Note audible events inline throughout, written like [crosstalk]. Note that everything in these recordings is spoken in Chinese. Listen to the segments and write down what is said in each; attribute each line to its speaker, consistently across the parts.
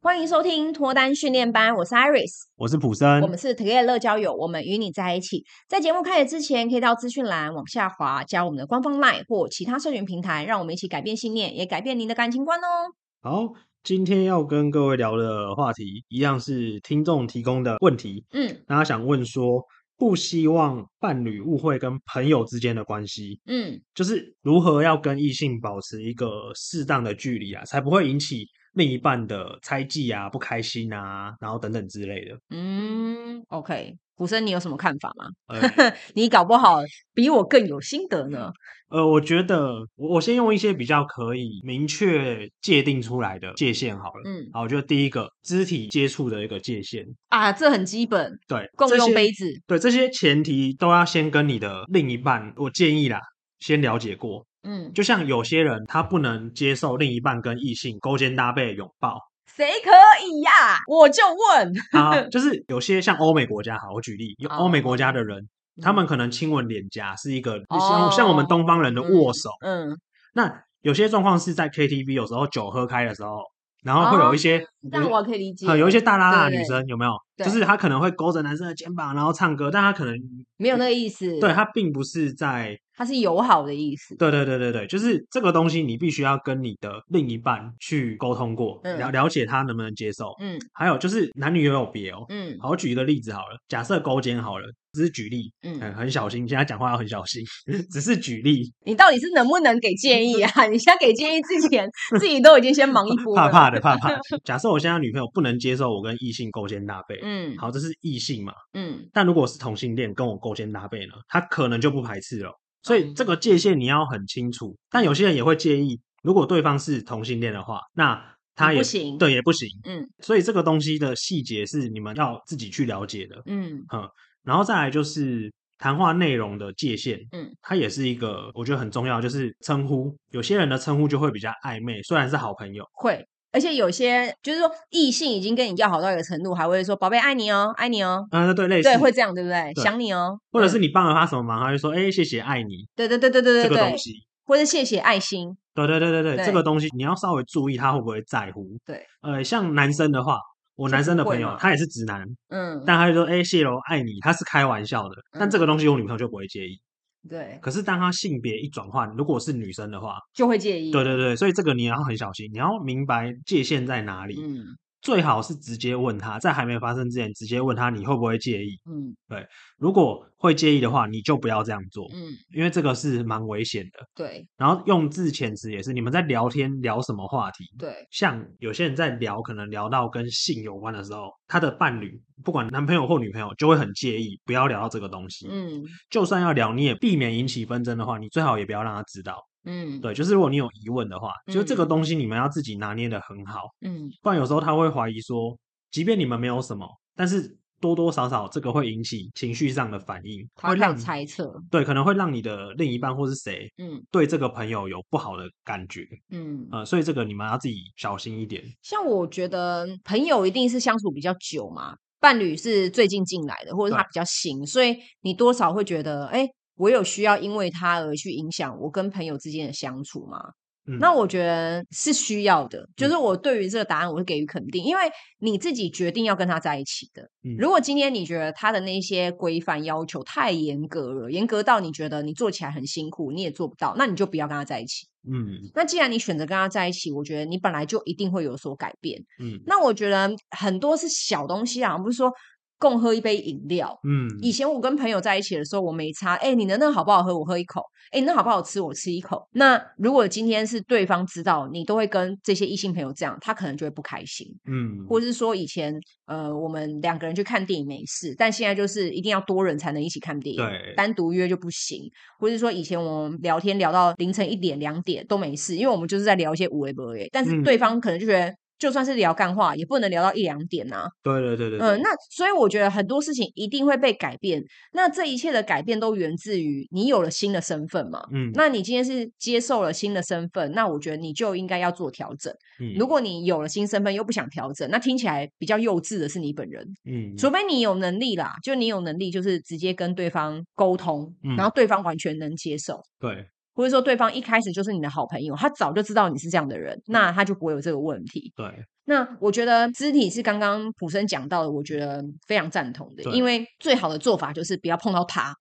Speaker 1: 欢迎收听脱单训练班，我是 Iris，
Speaker 2: 我是普森
Speaker 1: 我，们是 t o g e 乐交友，我们与你在一起。在节目开始之前，可以到资讯栏往下滑，加入我们的官方 LINE 或其他社群平台，让我们一起改变信念，也改变您的感情观哦。
Speaker 2: 好，今天要跟各位聊的话题一样是听众提供的问题，
Speaker 1: 嗯
Speaker 2: 那他想问说，不希望伴侣误会跟朋友之间的关系，
Speaker 1: 嗯
Speaker 2: 就是如何要跟异性保持一个适当的距离啊，才不会引起另一半的猜忌啊、不开心啊，然后等等之类的。
Speaker 1: 嗯，OK，古生，你有什么看 [laughs] 法吗？
Speaker 2: 呃
Speaker 1: 你搞不好比我更有心得呢。
Speaker 2: 呃，我觉得我我先用一些比较可以明确界定出来的界限好了。
Speaker 1: 嗯
Speaker 2: 好，我觉得第一个肢体接触的一个界限，
Speaker 1: 啊，这很基本，
Speaker 2: 对，
Speaker 1: 共
Speaker 2: 这
Speaker 1: 用
Speaker 2: 些
Speaker 1: 杯子。
Speaker 2: 对，这些前提都要先跟你的另一半，我建议啦，先了解过。
Speaker 1: 嗯，
Speaker 2: 就像有些人他不能接受另一半跟异性勾肩搭背拥抱
Speaker 1: 谁可以呀、我就问， [laughs]
Speaker 2: 啊，就是有些像欧美国家，好，我举例，有欧美国家的人，他
Speaker 1: 哦嗯哦
Speaker 2: 们可能亲吻脸颊是一个像像我们东方人的握手。
Speaker 1: 嗯，
Speaker 2: 那有些状况是在 KTV，有时候酒喝开的时候，然后会有一些
Speaker 1: 但哦我可以理解，
Speaker 2: 呃有一些大拉拉的
Speaker 1: 对
Speaker 2: 女
Speaker 1: 对
Speaker 2: 生有没有？
Speaker 1: 对
Speaker 2: 就是她可能会勾着男生的肩膀，然后唱歌，但她可能
Speaker 1: 没有那个意思，
Speaker 2: 对，她并不是在
Speaker 1: 它是友好的意思，
Speaker 2: 对对对对对，就是这个东西，你必须要跟你的另一半去沟通过，
Speaker 1: 嗯
Speaker 2: 了了解他能不能接受。
Speaker 1: 嗯
Speaker 2: 还有就是男女也有别哦。
Speaker 1: 嗯
Speaker 2: 好，我举一个例子好了，假设勾肩好了，只是举例，嗯，
Speaker 1: 嗯，
Speaker 2: 很小心，现在讲话要很小心， [laughs] 只是举例，
Speaker 1: 你到底是能不能给建议啊？ [laughs] 你先给建议之前，自己都已经先忙一波
Speaker 2: 怕
Speaker 1: 了，
Speaker 2: [laughs] 怕的怕怕的。假设我现在女朋友不能接受我跟异性勾肩搭背，
Speaker 1: 嗯
Speaker 2: 好，这是异性嘛？
Speaker 1: 嗯
Speaker 2: 但如果是同性恋跟我勾肩搭背呢，他可能就不排斥了。所
Speaker 1: 哦
Speaker 2: 以这个界限你要很清楚。但有些人也会介意，如果对方是同性恋的话，那他
Speaker 1: 也
Speaker 2: 也
Speaker 1: 不行
Speaker 2: 对，也不行。
Speaker 1: 嗯
Speaker 2: 所以这个东西的细节是你们要自己去了解的。
Speaker 1: 嗯
Speaker 2: 然后再来就是谈话内容的界限，
Speaker 1: 嗯，
Speaker 2: 它也是一个我觉得很重要，就是称呼。有些人的称呼就会比较暧昧，虽然是好朋友，
Speaker 1: 会。而且有些就是说，异性已经跟你要好到一个程度，还会说“宝贝，爱你哦，爱你哦
Speaker 2: 嗯、对，”，类似
Speaker 1: 对，会这样，对不对？
Speaker 2: 对
Speaker 1: 想你哦，
Speaker 2: 或者
Speaker 1: 对
Speaker 2: 是你帮了他什么忙，他就说：“哎、谢谢，爱你。
Speaker 1: 对对对对对对
Speaker 2: 这个
Speaker 1: 对
Speaker 2: 东，西。
Speaker 1: 或者谢谢爱心，
Speaker 2: 对对对对
Speaker 1: 对
Speaker 2: 对，这个东西你要稍微注意他会不会在乎。
Speaker 1: 对，
Speaker 2: 呃，像男生的话，我
Speaker 1: 就
Speaker 2: 男生的
Speaker 1: 不会
Speaker 2: 朋友
Speaker 1: 嘛
Speaker 2: 他也是直男，
Speaker 1: 嗯，
Speaker 2: 但他就说：“哎、谢喽，爱你。”他是开玩笑的，但这个东西我女朋友就不会介意。
Speaker 1: 对，
Speaker 2: 可是当他性别一转换，如果是女生的话，
Speaker 1: 就会介意，
Speaker 2: 对对对，所以这个你要很小心，你要明白界限在哪里。
Speaker 1: 嗯
Speaker 2: 最好是直接问他，在还没发生之前，直接问他你会不会介意。
Speaker 1: 嗯
Speaker 2: 如果会介意的话，你就不要这样做，
Speaker 1: 嗯，
Speaker 2: 因为这个是蛮危险的。
Speaker 1: 对
Speaker 2: 然后用字遣词也是，你们在聊天聊什么话题？
Speaker 1: 对，
Speaker 2: 像有些人在聊，可能聊到跟性有关的时候，他的伴侣不管男朋友或女朋友就会很介意，不要聊到这个东西。
Speaker 1: 嗯
Speaker 2: 就算要聊，你也避免引起纷争的话，你最好也不要让他知道。
Speaker 1: 嗯
Speaker 2: 对，就是如果你有疑问的话，就这个
Speaker 1: 嗯
Speaker 2: 东西你们要自己拿捏的很好，
Speaker 1: 嗯
Speaker 2: 不然有时候他会怀疑说，即便你们没有什么，但是多多少少这个会引起情绪上的反应，
Speaker 1: 他
Speaker 2: 会
Speaker 1: 开
Speaker 2: 让
Speaker 1: 始
Speaker 2: 你
Speaker 1: 猜测，
Speaker 2: 对，可能会让你的另一半或是谁
Speaker 1: 嗯
Speaker 2: 对这个朋友有不好的感觉。
Speaker 1: 嗯，
Speaker 2: 呃，所以这个你们要自己小心一点。
Speaker 1: 像我觉得朋友一定是相处比较久嘛，伴侣是最近进来的，或者是他
Speaker 2: 对
Speaker 1: 比较新，所以你多少会觉得，哎、我有需要因为他而去影响我跟朋友之间的相处吗？
Speaker 2: 嗯，
Speaker 1: 那我觉得是需要的，就是我对于这个答案我会给予肯定，因为你自己决定要跟他在一起的。
Speaker 2: 嗯
Speaker 1: 如果今天你觉得他的那些规范要求太严格了，严格到你觉得你做起来很辛苦，你也做不到，那你就不要跟他在一起。
Speaker 2: 嗯
Speaker 1: 那既然你选择跟他在一起，我觉得你本来就一定会有所改变。
Speaker 2: 嗯
Speaker 1: 那我觉得很多是小东西啊，不是说共喝一杯饮料，
Speaker 2: 嗯，
Speaker 1: 以前我跟朋友在一起的时候，我没差，哎、你的那个好不好喝，我喝一口；哎、你那好不好吃，我吃一口。那如果今天是对方知道你都会跟这些异性朋友这样，他可能就会不开心，
Speaker 2: 嗯，
Speaker 1: 或是说以前呃我们两个人去看电影没事，但现在就是一定要多人才能一起看电影，
Speaker 2: 对
Speaker 1: 单独约就不行。或是说以前我们聊天聊到凌晨一点两点都没事，因为我们就是在聊一些无为不为，但是
Speaker 2: 嗯
Speaker 1: 对方可能就觉得。就算是聊干话，也不能聊到一两点呐、
Speaker 2: 对对对对，
Speaker 1: 嗯，
Speaker 2: 对
Speaker 1: 那所以我觉得很多事情一定会被改变。那这一切的改变都源自于你有了新的身份嘛？
Speaker 2: 嗯，
Speaker 1: 那你今天是接受了新的身份，那我觉得你就应该要做调整。
Speaker 2: 嗯
Speaker 1: 如果你有了新身份又不想调整，那听起来比较幼稚的是你本人。
Speaker 2: 嗯
Speaker 1: 除非你有能力啦，就你有能力就是直接跟对方沟通，
Speaker 2: 嗯
Speaker 1: 然后对方完全能接受，
Speaker 2: 对，
Speaker 1: 或或者说对方一开始就是你的好朋友，他早就知道你是这样的人，那他就不会有这个问题。
Speaker 2: 对，
Speaker 1: 那我觉得肢体是刚刚普生讲到的，我觉得非常赞同的，
Speaker 2: 对
Speaker 1: 因为最好的做法就是不要碰到他，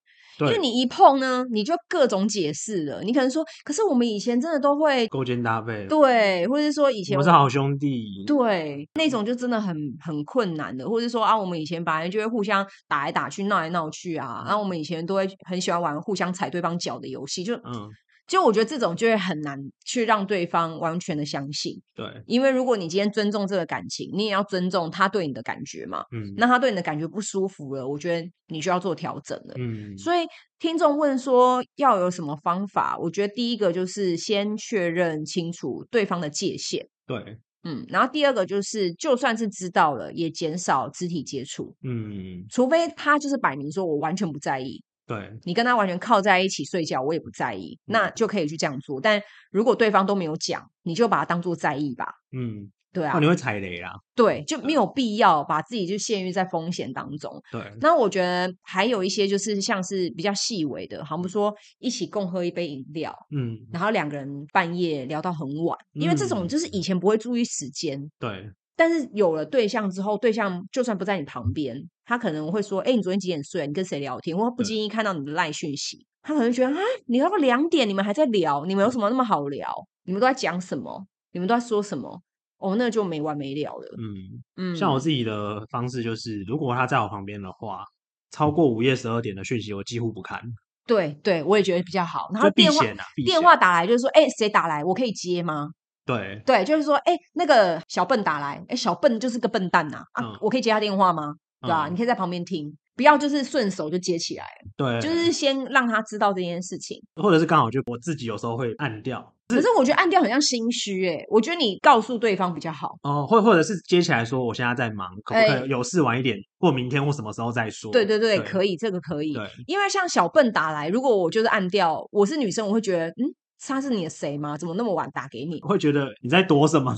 Speaker 1: 因为
Speaker 2: 对
Speaker 1: 你一碰呢，你就各种解释了。你可能说，可是我们以前真的都会
Speaker 2: 勾肩搭背，
Speaker 1: 对，或者是说以
Speaker 2: 我
Speaker 1: 前
Speaker 2: 们是好兄弟，
Speaker 1: 对那
Speaker 2: 嗯
Speaker 1: 种就真的很很困难的，或者是说啊，我们以前本来就会互相打来打去、闹来闹去啊，然后、我们以前都会很喜欢玩互相踩对方脚的游戏，就
Speaker 2: 嗯，
Speaker 1: 就我觉得这种就会很难去让对方完全的相信。
Speaker 2: 对，
Speaker 1: 因为如果你今天尊重这个感情，你也要尊重他对你的感觉嘛。
Speaker 2: 嗯
Speaker 1: 那他对你的感觉不舒服了，我觉得你就要做调整了。
Speaker 2: 嗯，
Speaker 1: 所以听众问说要有什么方法，我觉得第一个就是先确认清楚对方的界限，
Speaker 2: 对，
Speaker 1: 嗯，然后第二个就是就算是知道了，也减少肢体接触，
Speaker 2: 嗯，
Speaker 1: 除非他就是摆明说我完全不在意，
Speaker 2: 对，
Speaker 1: 你跟他完全靠在一起睡觉，我也不在意，那
Speaker 2: 嗯
Speaker 1: 就可以去这样做。但如果对方都没有讲，你就把它当做在意吧。
Speaker 2: 嗯，
Speaker 1: 对啊
Speaker 2: 哦，，你会踩雷啦，
Speaker 1: 对，就没有必要把自己就陷于在风险当中。
Speaker 2: 对，
Speaker 1: 那我觉得还有一些就是像是比较细微的，好，我们说一起共喝一杯饮料，
Speaker 2: 嗯，
Speaker 1: 然后两个人半夜聊到很晚，因为这种就是以前不会注意时间，
Speaker 2: 对，
Speaker 1: 但是有了对象之后，对象就算不在你旁边，他可能会说：“哎、你昨天几点睡？你跟谁聊天？”或不
Speaker 2: 对
Speaker 1: 经意看到你的赖讯息，他可能觉得：“啊，你聊到两点，你们还在聊，你们有什么那么好聊？你们都在讲什么？你们都在说什么？”哦，那就没完没了了。
Speaker 2: 嗯，
Speaker 1: 嗯，
Speaker 2: 像我自己的方式就是，如果他在我旁边的话，超过午夜十二点的讯息，我几乎不看，
Speaker 1: 对对，我也觉得比较好。然后
Speaker 2: 这避
Speaker 1: 电话
Speaker 2: 嫌啊，避
Speaker 1: 电
Speaker 2: 嫌
Speaker 1: 话打来就是说：“哎、谁打来？我可以接吗？”
Speaker 2: 对，
Speaker 1: 对，就是说：“哎、那个小笨打来，哎、小笨就是个笨蛋呐、啊，
Speaker 2: 嗯
Speaker 1: 我可以接他电话吗？对吧、
Speaker 2: 嗯
Speaker 1: 你可以在旁边听，不要就是顺手就接起来。
Speaker 2: 对，
Speaker 1: 就是先让他知道这件事情。
Speaker 2: 或者是刚好就我自己有时候会按掉，
Speaker 1: 可是我觉得按掉很像心虚诶、我觉得你告诉对方比较好。
Speaker 2: 哦，或或者是接起来说我现在在忙，可不可
Speaker 1: 哎
Speaker 2: 以有事晚一点，或明天或什么时候再说？
Speaker 1: 对对对，
Speaker 2: 对
Speaker 1: 可以，这个可以。
Speaker 2: 对
Speaker 1: 因为像小笨打来，如果我就是按掉，我是女生，我会觉得，嗯，他是你的谁吗？怎么那么晚打给
Speaker 2: [laughs]？
Speaker 1: 你
Speaker 2: 会觉得你在躲什么？ [laughs]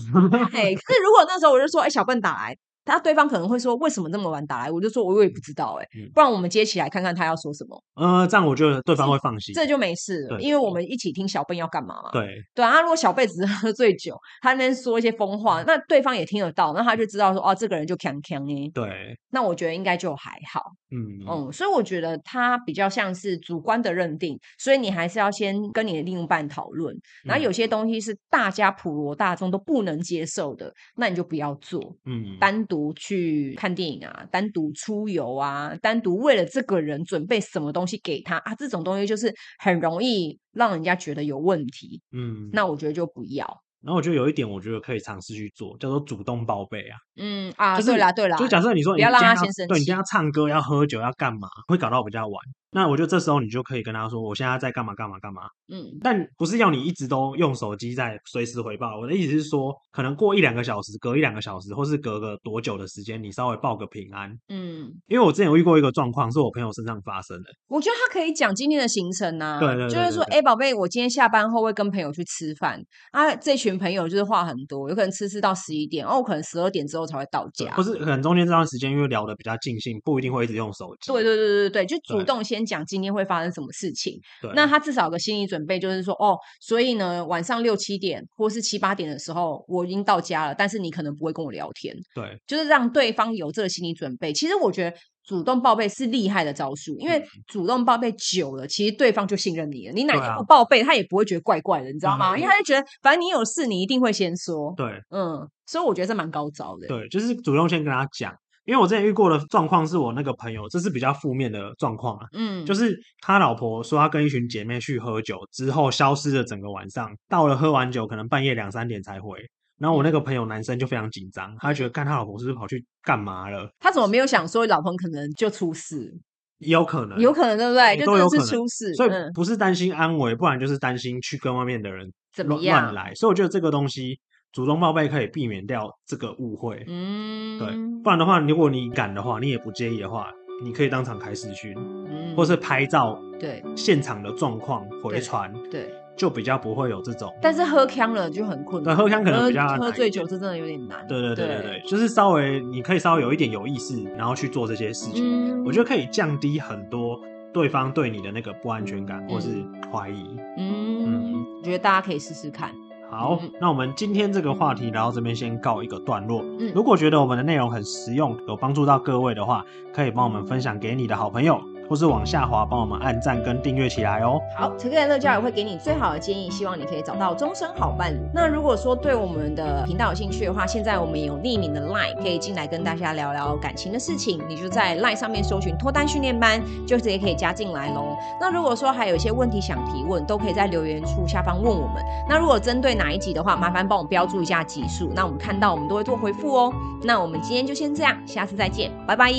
Speaker 1: 哎，可是如果那时候我就说，哎、小笨打来，他对方可能会说，为什么那么晚打来？我就说，我也不知道、哎、
Speaker 2: 嗯
Speaker 1: 不然我们接起来看看他要说什么，
Speaker 2: 呃，这样我觉得对方会放心。
Speaker 1: 这就没事了，
Speaker 2: 对
Speaker 1: 因为我们一起听小笨要干嘛嘛。
Speaker 2: 对
Speaker 1: 对啊，如果小贝只是喝醉酒，他在那边说一些疯话，那对方也听得到，那他就知道说哦，这个人就强强呢。
Speaker 2: 对，
Speaker 1: 那我觉得应该就还好，
Speaker 2: 嗯，
Speaker 1: 嗯，所以我觉得他比较像是主观的认定，所以你还是要先跟你的另一半讨论。然后有
Speaker 2: 嗯
Speaker 1: 些东西是大家普罗大众都不能接受的，那你就不要做，
Speaker 2: 嗯，
Speaker 1: 单独去看电影啊，单独出游啊，单独为了这个人准备什么东西给他啊，这种东西就是很容易让人家觉得有问题。
Speaker 2: 嗯，
Speaker 1: 那我觉得就不要。
Speaker 2: 然后我觉得有一点，我觉得可以尝试去做，叫做主动报备啊。
Speaker 1: 嗯啊，
Speaker 2: 就
Speaker 1: 对
Speaker 2: 是
Speaker 1: 啦对啦，
Speaker 2: 就假设你说
Speaker 1: 不
Speaker 2: 你
Speaker 1: 要让
Speaker 2: 今
Speaker 1: 他
Speaker 2: 天
Speaker 1: 先生
Speaker 2: 对你
Speaker 1: 气
Speaker 2: 今天要唱歌、要喝酒、要干嘛，会搞到比较晚。那我觉得这时候你就可以跟他说，我现在在干嘛干嘛干嘛。
Speaker 1: 嗯
Speaker 2: 但不是要你一直都用手机在随时回报。我的意思是说，可能过一两个小时，隔一两个小时，或是隔个多久的时间，你稍微报个平安。
Speaker 1: 嗯，
Speaker 2: 因为我之前有遇过一个状况，是我朋友身上发生的。
Speaker 1: 我觉得他可以讲今天的行程呐、
Speaker 2: 对对对
Speaker 1: 就是
Speaker 2: 对
Speaker 1: 说，
Speaker 2: 对
Speaker 1: 哎、宝贝，我今天下班后会跟朋友去吃饭啊，这群朋友就是话很多，有可能吃吃到十一点，哦，我可能十二点之后才会到
Speaker 2: 对
Speaker 1: 家
Speaker 2: 或。是可能中间这段时间因为聊得比较尽兴，不一定会一直用手机。
Speaker 1: 对对对对对，就主
Speaker 2: 对
Speaker 1: 动先讲今天会发生什么事情，
Speaker 2: 对
Speaker 1: 那他至少有个心理准备，就是说，哦，所以呢，晚上六七点或是七八点的时候，我已经到家了，但是你可能不会跟我聊天，
Speaker 2: 对
Speaker 1: 就是让对方有这个心理准备。其实我觉得主动报备是厉害的招数，因为
Speaker 2: 嗯
Speaker 1: 主动报备久了，其实对方就信任你了。你哪
Speaker 2: 对
Speaker 1: 天
Speaker 2: 啊
Speaker 1: 不报备，他也不会觉得怪怪的，你知道
Speaker 2: 嗯
Speaker 1: 吗？因为他就觉得反正你有事，你一定会先说。
Speaker 2: 对
Speaker 1: 嗯，所以我觉得这蛮高招的。
Speaker 2: 对，就是主动先跟他讲。因为我之前遇过的状况是我那个朋友，这是比较负面的状况啊，
Speaker 1: 嗯，
Speaker 2: 就是是他老婆说他跟一群姐妹去喝酒之后消失了整个晚上，到了喝完酒可能半夜两三点才回。然后我那
Speaker 1: 嗯
Speaker 2: 个朋友男生就非常紧张，他觉得看他老婆是不是跑去干嘛了，
Speaker 1: 他怎么没有想说老婆可能就出事，
Speaker 2: 也有可能，
Speaker 1: 有可能对不对？
Speaker 2: 也
Speaker 1: 就
Speaker 2: 都
Speaker 1: 真的
Speaker 2: 有可
Speaker 1: 是
Speaker 2: 能
Speaker 1: 出事，
Speaker 2: 所以
Speaker 1: 嗯，
Speaker 2: 不是担心安危，不然就是担心去跟外面的人
Speaker 1: 怎么
Speaker 2: 乱
Speaker 1: 样？
Speaker 2: 乱来。所以我觉得这个东西主动报备可以避免掉这个误会。
Speaker 1: 嗯，
Speaker 2: 对，不然的话，如果你敢的话，你也不介意的话，你可以当场开视讯，
Speaker 1: 嗯，
Speaker 2: 或是拍照
Speaker 1: 对
Speaker 2: 现场的状况回
Speaker 1: 对
Speaker 2: 传，
Speaker 1: 对，
Speaker 2: 就比较不会有这种。
Speaker 1: 但是喝呛了就很困
Speaker 2: 对
Speaker 1: 难，
Speaker 2: 喝呛可能比较
Speaker 1: 喝
Speaker 2: 难一
Speaker 1: 醉
Speaker 2: 点
Speaker 1: 酒是真的有点难。
Speaker 2: 对对对对
Speaker 1: 对
Speaker 2: 对，就是稍微你可以稍微有一点有意识，然后去做这些事情，
Speaker 1: 嗯，
Speaker 2: 我觉得可以降低很多对方对你的那个不安全感或是怀疑。
Speaker 1: 嗯，我觉得大家可以试试看。
Speaker 2: 好
Speaker 1: 嗯，
Speaker 2: 那我们今天这个话题聊到这边先告一个段落。
Speaker 1: 嗯
Speaker 2: 如果觉得我们的内容很实用，有帮助到各位的话，可以帮我们分享给你的好朋友，或是往下滑帮我们按赞跟订阅起来哦。
Speaker 1: 好，陈凯乐教也会给你最好的建议，希望你可以找到终身好伴侣。那如果说对我们的频道有兴趣的话，现在我们有匿名的 LINE，可以进来跟大家聊聊感情的事情。你就在 LINE 上面搜寻脱单训练班，就直接可以加进来喽。那如果说还有一些问题想提问，都可以在留言处下方问我们。那如果针对哪一集的话，麻烦帮我标注一下集数，那我们看到我们都会做回复哦。那我们今天就先这样，下次再见，拜拜。